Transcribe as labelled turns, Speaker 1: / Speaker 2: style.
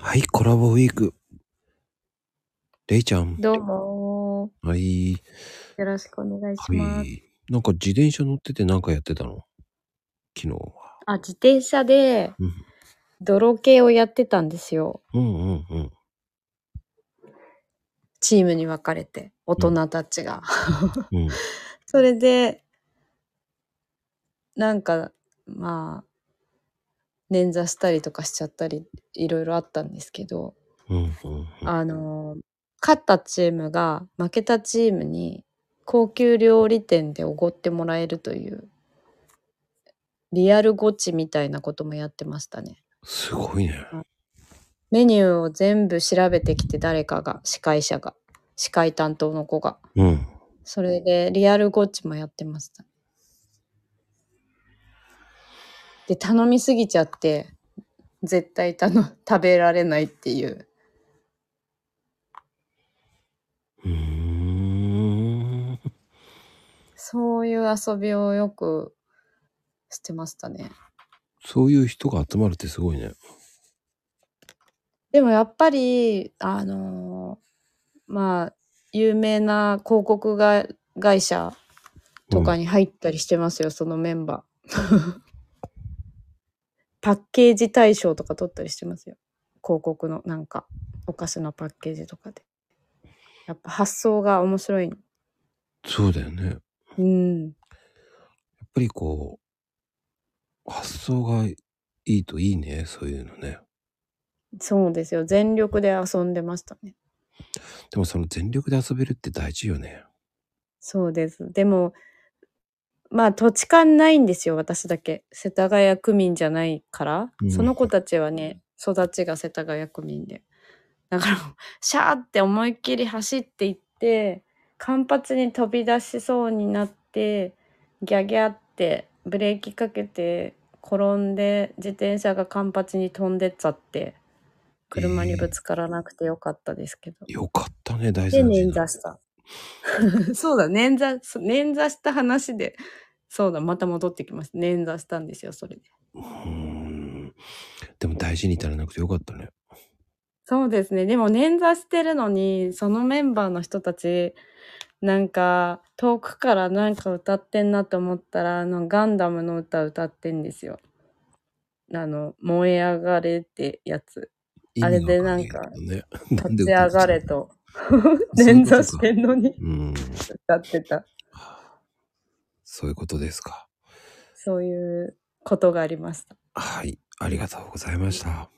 Speaker 1: はい、コラボウィーク。レイちゃん。
Speaker 2: どうも
Speaker 1: はい。
Speaker 2: ー。よろしくお願いしま
Speaker 1: は
Speaker 2: す。
Speaker 1: い。なんか自転車乗っててなんかやってたの昨日は。
Speaker 2: あ、自転車で
Speaker 1: うん
Speaker 2: 泥系をやってたんですよ。
Speaker 1: うんうんうん。
Speaker 2: チームに分かれて、大人たちが。
Speaker 1: うん。
Speaker 2: それで、なんか、まあ、捻挫したりとかしちゃったり、いろいろあったんですけど、
Speaker 1: うんうんうん。
Speaker 2: あの、勝ったチームが負けたチームに高級料理店でおごってもらえるという、リアルゴチみたいなこともやってましたね。
Speaker 1: すごいね。
Speaker 2: メニューを全部調べてきて誰かが司会者が司会担当の子が
Speaker 1: うん。
Speaker 2: それでリアルゴッチもやってましたで頼みすぎちゃって絶対頼 食べられないっていう
Speaker 1: うーん。
Speaker 2: そういう遊びをよくしてましたね
Speaker 1: そういう人が集まるってすごいね。
Speaker 2: でもやっぱりあのーまあ有名な広告が会社とかに入ったりしてますよ、そのメンバー。 パッケージ大賞とか取ったりしてますよ。広告のなんか、お菓子のパッケージとかで。やっぱ発想が面白い。
Speaker 1: そうだよね。やっ
Speaker 2: うん。
Speaker 1: ぱりこう、発想がいいといいね。そういうのね。
Speaker 2: そうですよ。全力で遊んでましたね。
Speaker 1: でもその全力で遊べるって大事よね。
Speaker 2: そうです。でも、まあ土地勘ないんですよ、私だけ。世田谷区民じゃないから。
Speaker 1: うん
Speaker 2: その子たちはね、育ちが世田谷区民で。だから、 シャーって思いっきり走っていって、間髪に飛び出しそうになって、ギャギャってブレーキかけて、転んで自転車が間髪に飛んでっちゃって、車にぶつからなくてよかったですけど。
Speaker 1: よかったね、大事
Speaker 2: で、
Speaker 1: な時
Speaker 2: 捻
Speaker 1: 代
Speaker 2: 挫した。 そうだ、捻挫、そう捻挫した話で、そうだ、また戻ってきます。捻挫したんですよ、それで。
Speaker 1: うーんでも大事に至らなくてよかったね。
Speaker 2: そうですね。でも、捻挫してるのに、そのメンバーの人たち、なんか、遠くからなんか歌ってんなと思ったら、あの、ガンダムの歌歌ってんですよ。あの、燃え上がれってやつ。あれでなんか
Speaker 1: 意味わかんないけどね、
Speaker 2: 立ち上がれと、
Speaker 1: そうい
Speaker 2: 捻
Speaker 1: うことか
Speaker 2: 挫してんのに
Speaker 1: うん。
Speaker 2: 歌ってた。
Speaker 1: そういうことですか。
Speaker 2: そういうことがありました。
Speaker 1: はい。ありがとうございました。